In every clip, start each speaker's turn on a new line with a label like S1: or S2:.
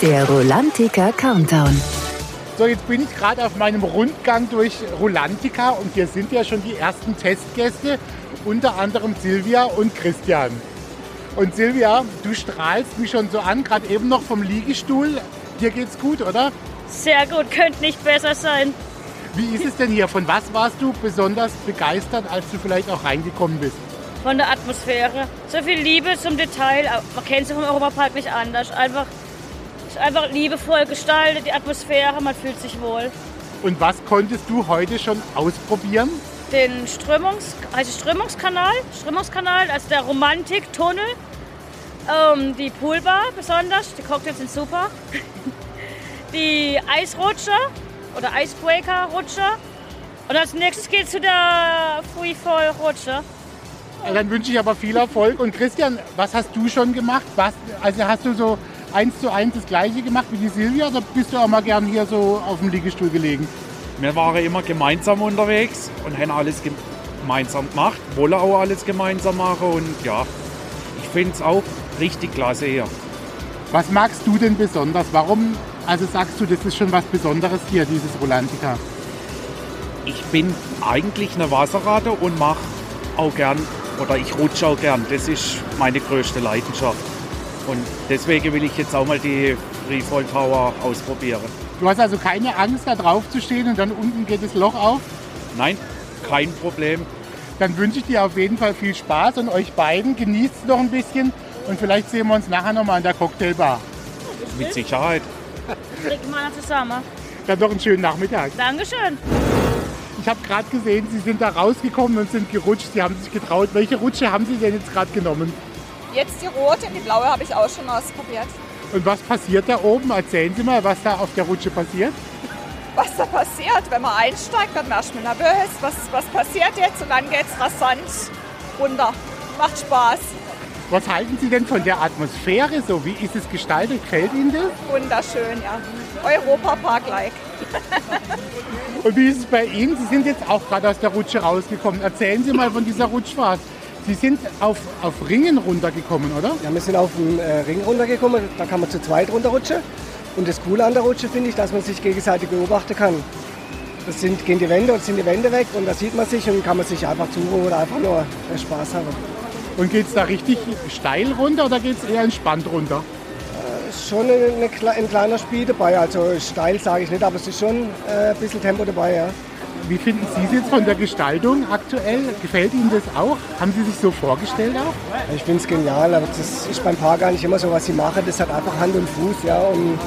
S1: Der Rolantica Countdown.
S2: So, jetzt bin ich gerade auf meinem Rundgang durch Rulantica und hier sind ja schon die ersten Testgäste, unter anderem Silvia und Christian. Und Silvia, du strahlst mich schon so an, gerade eben noch vom Liegestuhl. Dir geht's gut, oder?
S3: Sehr gut, könnte nicht besser sein.
S2: Wie ist es denn hier? Von was warst du besonders begeistert, als du vielleicht auch reingekommen bist?
S3: Von der Atmosphäre. So viel Liebe zum Detail. aber Man kennt sich im Europapark nicht anders. Einfach, ist einfach liebevoll gestaltet, die Atmosphäre, man fühlt sich wohl.
S2: Und was konntest du heute schon ausprobieren?
S3: Den Strömungs, also Strömungskanal, Strömungskanal, also der Romantiktunnel. Ähm, die Poolbar besonders, die Cocktails sind super. Die Eisrutscher oder Icebreaker-Rutscher. Und als nächstes geht zu der Freefall-Rutsche.
S2: Dann wünsche ich aber viel Erfolg. Und Christian, was hast du schon gemacht? Was, also hast du so eins zu eins das gleiche gemacht wie die Silvia oder bist du auch mal gern hier so auf dem Liegestuhl gelegen?
S4: Wir waren immer gemeinsam unterwegs und haben alles gem- gemeinsam gemacht, wollen auch alles gemeinsam machen und ja, ich finde es auch richtig klasse hier.
S2: Was magst du denn besonders? Warum, also sagst du, das ist schon was Besonderes hier, dieses Rolantica?
S4: Ich bin eigentlich eine Wasserrate und mache auch gern oder ich rutsche auch gern. Das ist meine größte Leidenschaft. Und deswegen will ich jetzt auch mal die Freefall Tower ausprobieren.
S2: Du hast also keine Angst, da drauf zu stehen und dann unten geht das Loch auf.
S4: Nein, kein Problem.
S2: Dann wünsche ich dir auf jeden Fall viel Spaß und euch beiden genießt es noch ein bisschen und vielleicht sehen wir uns nachher nochmal an der Cocktailbar.
S4: Mit Sicherheit.
S3: Trinken wir mal zusammen.
S2: Dann noch einen schönen Nachmittag.
S3: Dankeschön.
S2: Ich habe gerade gesehen, Sie sind da rausgekommen und sind gerutscht. Sie haben sich getraut. Welche Rutsche haben Sie denn jetzt gerade genommen?
S5: Jetzt die rote und die blaue habe ich auch schon ausprobiert.
S2: Und was passiert da oben? Erzählen Sie mal, was da auf der Rutsche passiert.
S5: Was da passiert, wenn man einsteigt, wird man erstmal nervös. Was, was passiert jetzt? Und dann geht's rasant runter. Macht Spaß.
S2: Was halten Sie denn von der Atmosphäre so? Wie ist es gestaltet? Gefällt Ihnen das?
S5: Wunderschön, ja. Europapark-like.
S2: Und wie ist es bei Ihnen? Sie sind jetzt auch gerade aus der Rutsche rausgekommen. Erzählen Sie mal von dieser Rutschfahrt. Sie sind auf, auf Ringen runtergekommen, oder?
S6: Ja, wir sind auf den äh, Ring runtergekommen, da kann man zu zweit runterrutschen. Und das Coole an der Rutsche finde ich, dass man sich gegenseitig beobachten kann. Das sind, gehen die Wände und sind die Wände weg und da sieht man sich und kann man sich einfach zuhören oder einfach nur äh, Spaß haben.
S2: Und geht es da richtig steil runter oder geht es eher entspannt runter?
S6: Ist schon eine, eine, kle- ein kleiner Spiel dabei, also steil sage ich nicht, aber es ist schon äh, ein bisschen Tempo dabei, ja.
S2: Wie finden Sie es jetzt von der Gestaltung aktuell? Gefällt Ihnen das auch? Haben Sie sich so vorgestellt auch?
S6: Ich finde es genial, aber das ist beim Paar gar nicht immer so, was sie machen. Das hat einfach Hand und Fuß, ja, und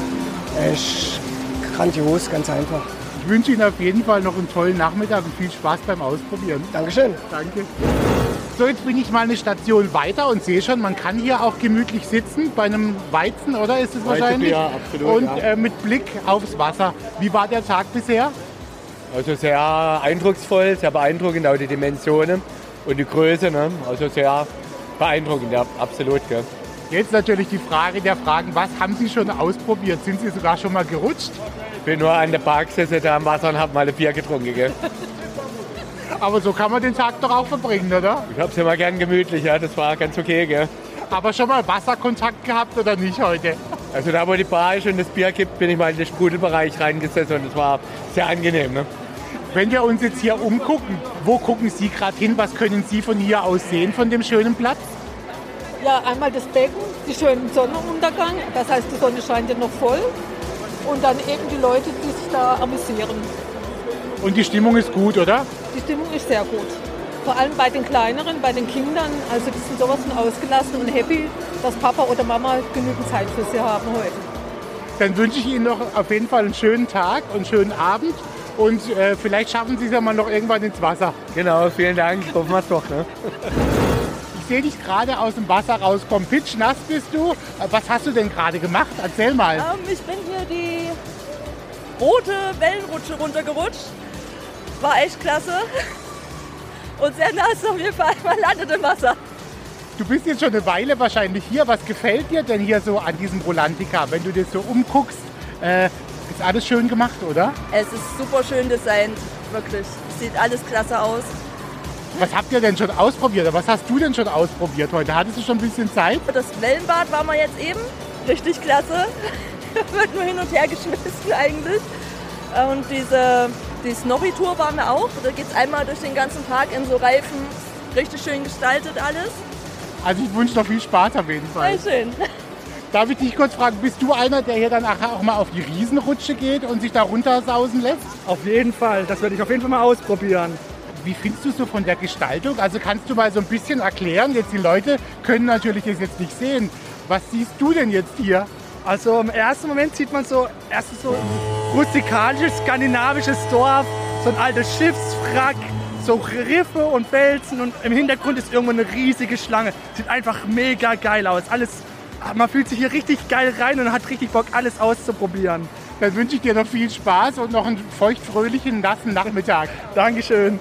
S6: äh, ist grandios, ganz einfach.
S2: Ich wünsche Ihnen auf jeden Fall noch einen tollen Nachmittag und viel Spaß beim Ausprobieren.
S6: Dankeschön.
S2: Danke. So, jetzt bin ich mal eine Station weiter und sehe schon, man kann hier auch gemütlich sitzen bei einem Weizen, oder ist es wahrscheinlich?
S7: Bier, absolut,
S2: Und
S7: ja.
S2: äh, mit Blick aufs Wasser. Wie war der Tag bisher?
S7: Also sehr eindrucksvoll, sehr beeindruckend, auch die Dimensionen und die Größe. Ne? Also sehr beeindruckend, ja, absolut. Gell?
S2: Jetzt natürlich die Frage der Fragen, was haben Sie schon ausprobiert? Sind Sie sogar schon mal gerutscht?
S7: Ich bin nur an der Parksitze da am Wasser und habe mal ein Bier getrunken. Gell?
S2: Aber so kann man den Tag doch auch verbringen, oder?
S7: Ich habe es immer gern gemütlich, ja, das war ganz okay. Gell?
S2: Aber schon mal Wasserkontakt gehabt oder nicht heute?
S7: Also da, wo die Bar ist und das Bier gibt, bin ich mal in den Sprudelbereich reingesessen und es war sehr angenehm. Ne?
S2: Wenn wir uns jetzt hier umgucken, wo gucken Sie gerade hin? Was können Sie von hier aus sehen, von dem schönen Platz?
S8: Ja, einmal das Becken, die schönen Sonnenuntergang, das heißt, die Sonne scheint ja noch voll. Und dann eben die Leute, die sich da amüsieren.
S2: Und die Stimmung ist gut, oder?
S8: Die Stimmung ist sehr gut. Vor allem bei den Kleineren, bei den Kindern, also die sind sowas von ausgelassen und happy, dass Papa oder Mama genügend Zeit für sie haben heute.
S2: Dann wünsche ich Ihnen noch auf jeden Fall einen schönen Tag und einen schönen Abend. Und äh, vielleicht schaffen Sie es ja mal noch irgendwann ins Wasser.
S7: Genau, vielen Dank, hoffen wir es doch. Ne?
S2: Ich sehe dich gerade aus dem Wasser rauskommen. Pitschnass bist du. Äh, Was hast du denn gerade gemacht? Erzähl mal.
S9: Ähm, ich bin hier die rote Wellenrutsche runtergerutscht. War echt klasse. Und sehr nass auf jeden Fall. Man landet im Wasser.
S2: Du bist jetzt schon eine Weile wahrscheinlich hier. Was gefällt dir denn hier so an diesem Rolantica? Wenn du dir so umguckst, äh, ist alles schön gemacht, oder?
S9: Es ist super schön designt. Wirklich. Sieht alles klasse aus.
S2: Was habt ihr denn schon ausprobiert? Was hast du denn schon ausprobiert heute? Hattest du schon ein bisschen Zeit?
S9: Das Wellenbad war mal jetzt eben. Richtig klasse. wird nur hin und her geschmissen eigentlich. Und diese die Snorri-Tour waren wir auch. Da geht es einmal durch den ganzen Park in so Reifen. Richtig schön gestaltet alles.
S2: Also ich wünsche noch viel Spaß auf jeden Fall.
S9: Voll schön.
S2: Darf ich dich kurz fragen, bist du einer, der hier dann nachher auch mal auf die Riesenrutsche geht und sich da runtersausen lässt?
S10: Auf jeden Fall, das werde ich auf jeden Fall mal ausprobieren.
S2: Wie findest du es so von der Gestaltung? Also kannst du mal so ein bisschen erklären, jetzt die Leute können natürlich das jetzt nicht sehen. Was siehst du denn jetzt hier?
S10: Also im ersten Moment sieht man so erstens so ein rustikalisches skandinavisches Dorf, so ein altes Schiffswrack, so Riffe und Felsen und im Hintergrund ist irgendwo eine riesige Schlange. Sieht einfach mega geil aus. Alles, ah, man fühlt sich hier richtig geil rein und hat richtig Bock, alles auszuprobieren.
S2: Dann wünsche ich dir noch viel Spaß und noch einen feuchtfröhlichen, nassen Nachmittag.
S10: Dankeschön.